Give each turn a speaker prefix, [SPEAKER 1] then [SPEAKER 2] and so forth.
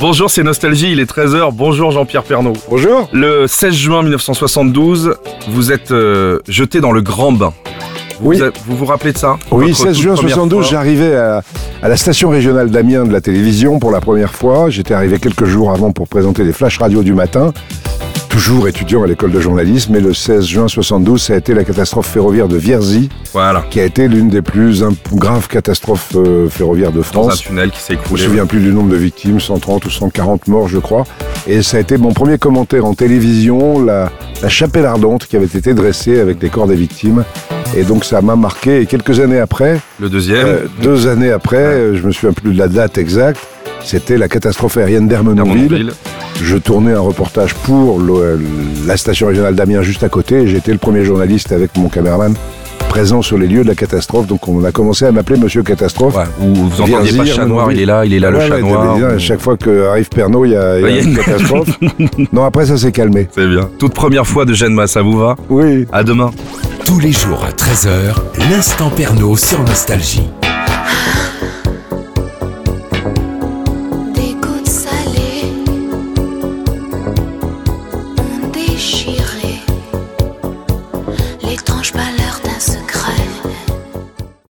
[SPEAKER 1] Bonjour, c'est Nostalgie, il est 13h. Bonjour Jean-Pierre Pernaud.
[SPEAKER 2] Bonjour.
[SPEAKER 1] Le 16 juin 1972, vous êtes euh, jeté dans le grand bain. Vous
[SPEAKER 2] Oui.
[SPEAKER 1] vous, êtes- vous vous rappelez de ça
[SPEAKER 2] Oui,
[SPEAKER 1] Votre
[SPEAKER 2] 16
[SPEAKER 1] toute
[SPEAKER 2] juin
[SPEAKER 1] première
[SPEAKER 2] 72,
[SPEAKER 1] fois.
[SPEAKER 2] j'arrivais à, à la station régionale d'Amiens de la télévision pour la première fois. J'étais arrivé quelques jours avant pour présenter les flashs radio du matin. Toujours étudiant à l'école de journalisme, mais le 16 juin 72, ça a été la catastrophe ferroviaire de Vierzy,
[SPEAKER 1] Voilà.
[SPEAKER 2] qui a été l'une des plus imp- graves catastrophes euh, ferroviaires de
[SPEAKER 1] Dans un
[SPEAKER 2] France.
[SPEAKER 1] tunnel qui s'est
[SPEAKER 2] Je me
[SPEAKER 1] écroulé.
[SPEAKER 2] souviens plus du nombre de victimes, 130 ou 140 morts, je crois. Et ça a été mon premier commentaire en télévision, la, la chapelle ardente qui avait été dressée avec les corps des victimes. Et donc ça m'a marqué. Et quelques années après,
[SPEAKER 1] Le deuxième.
[SPEAKER 2] euh, deux années après, euh, je me souviens plus de la date exacte, c'était la catastrophe aérienne d'Hermenonville.
[SPEAKER 1] Hermonville.
[SPEAKER 2] Je tournais un reportage pour le- la station régionale d'Amiens juste à côté. et J'étais le premier journaliste avec mon caméraman présent sur les lieux de la catastrophe. Donc on a commencé à m'appeler Monsieur Catastrophe.
[SPEAKER 1] Ouais, où vous entendiez
[SPEAKER 2] Vierzy,
[SPEAKER 1] pas chat noir,
[SPEAKER 2] Hermonville.
[SPEAKER 1] il est là, il est là, le
[SPEAKER 2] Ouais,
[SPEAKER 1] chat
[SPEAKER 2] ouais,
[SPEAKER 1] noir.
[SPEAKER 2] t'avais dit, À chaque fois qu'arrive Pernod, il y a, il y a
[SPEAKER 1] Il y a
[SPEAKER 2] une
[SPEAKER 1] une-
[SPEAKER 2] catastrophe. non, après, ça s'est calmé.
[SPEAKER 1] C'est bien. Toute première fois de Genma, ça vous va
[SPEAKER 2] Oui.
[SPEAKER 1] À demain.
[SPEAKER 3] Tous les jours à 13h, l'instant Perno sur Nostalgie.
[SPEAKER 4] Des gouttes salées, on déchire